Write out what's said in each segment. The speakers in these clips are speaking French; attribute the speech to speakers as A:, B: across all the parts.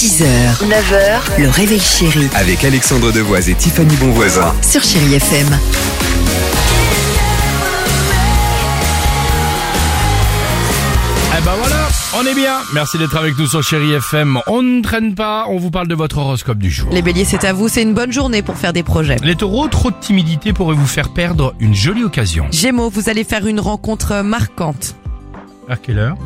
A: 6h, 9h, le réveil chéri
B: Avec Alexandre Devoise et Tiffany Bonvoisin.
A: sur Chérie FM.
C: Eh ben voilà, on est bien. Merci d'être avec nous sur Chéri FM. On ne traîne pas, on vous parle de votre horoscope du jour.
D: Les béliers, c'est à vous, c'est une bonne journée pour faire des projets.
C: Les taureaux, trop de timidité pourrait vous faire perdre une jolie occasion.
D: Gémeaux, vous allez faire une rencontre marquante.
C: À quelle heure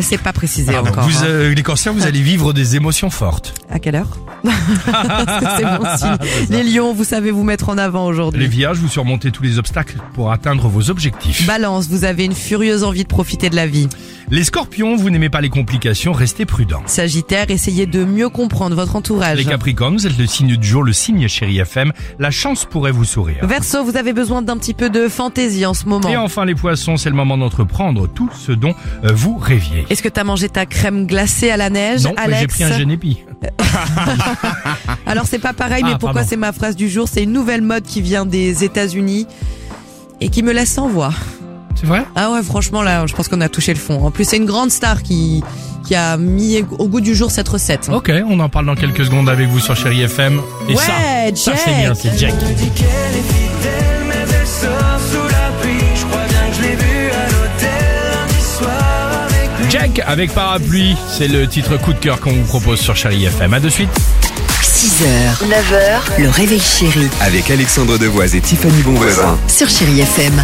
D: C'est pas précisé encore.
C: vous,
D: hein.
C: euh, Les cancers, vous allez vivre des émotions fortes.
D: À quelle heure Parce que c'est bon signe. Les lions, vous savez vous mettre en avant
C: Ah, bah, Les
D: aujourd'hui.
C: vierges, vous surmontez tous les obstacles pour atteindre vos objectifs.
D: Balance, vous avez une furieuse envie de profiter de la vie.
C: Les scorpions, vous n'aimez pas les complications, restez prudents.
D: Sagittaire, essayez de mieux comprendre votre entourage.
C: Les capricornes, vous êtes le signe du jour, le signe Chéri FM. La chance pourrait vous sourire.
D: Verseau, vous avez besoin d'un petit peu de fantaisie en ce moment.
C: Et enfin les poissons, c'est le moment d'entreprendre tout ce dont euh, vous rêviez.
D: Est-ce que t'as mangé ta crème glacée à la neige,
C: Non, mais j'ai
D: Alex
C: pris un génépi.
D: Alors c'est pas pareil, mais
C: Ah,
D: pourquoi
C: pardon.
D: c'est ma phrase du jour C'est une nouvelle mode qui vient des États-Unis et qui me laisse sans voix.
C: C'est vrai
D: Ah ouais, franchement là, je pense qu'on a touché le fond. En plus, c'est une grande star qui qui a mis au goût du jour cette recette. hein.
C: Ok, on en parle dans quelques secondes avec vous sur Chéri FM. Et ça,
D: Ouais,
C: ça c'est
D: Jack.
C: bien, c'est Jack.
E: dit qu'elle est fidèle, mais elle sort sous la pluie. Je crois bien que je l'ai vue à l'hôtel lundi soir avec lui.
C: Jack avec parapluie, c'est le titre coup de cœur qu'on vous propose sur Chéri FM. À de suite.
A: 6h, 9h, le réveil chéri
B: Avec Alexandre Devoise et Tiffany Bonvoisin.
A: sur Chérie FM.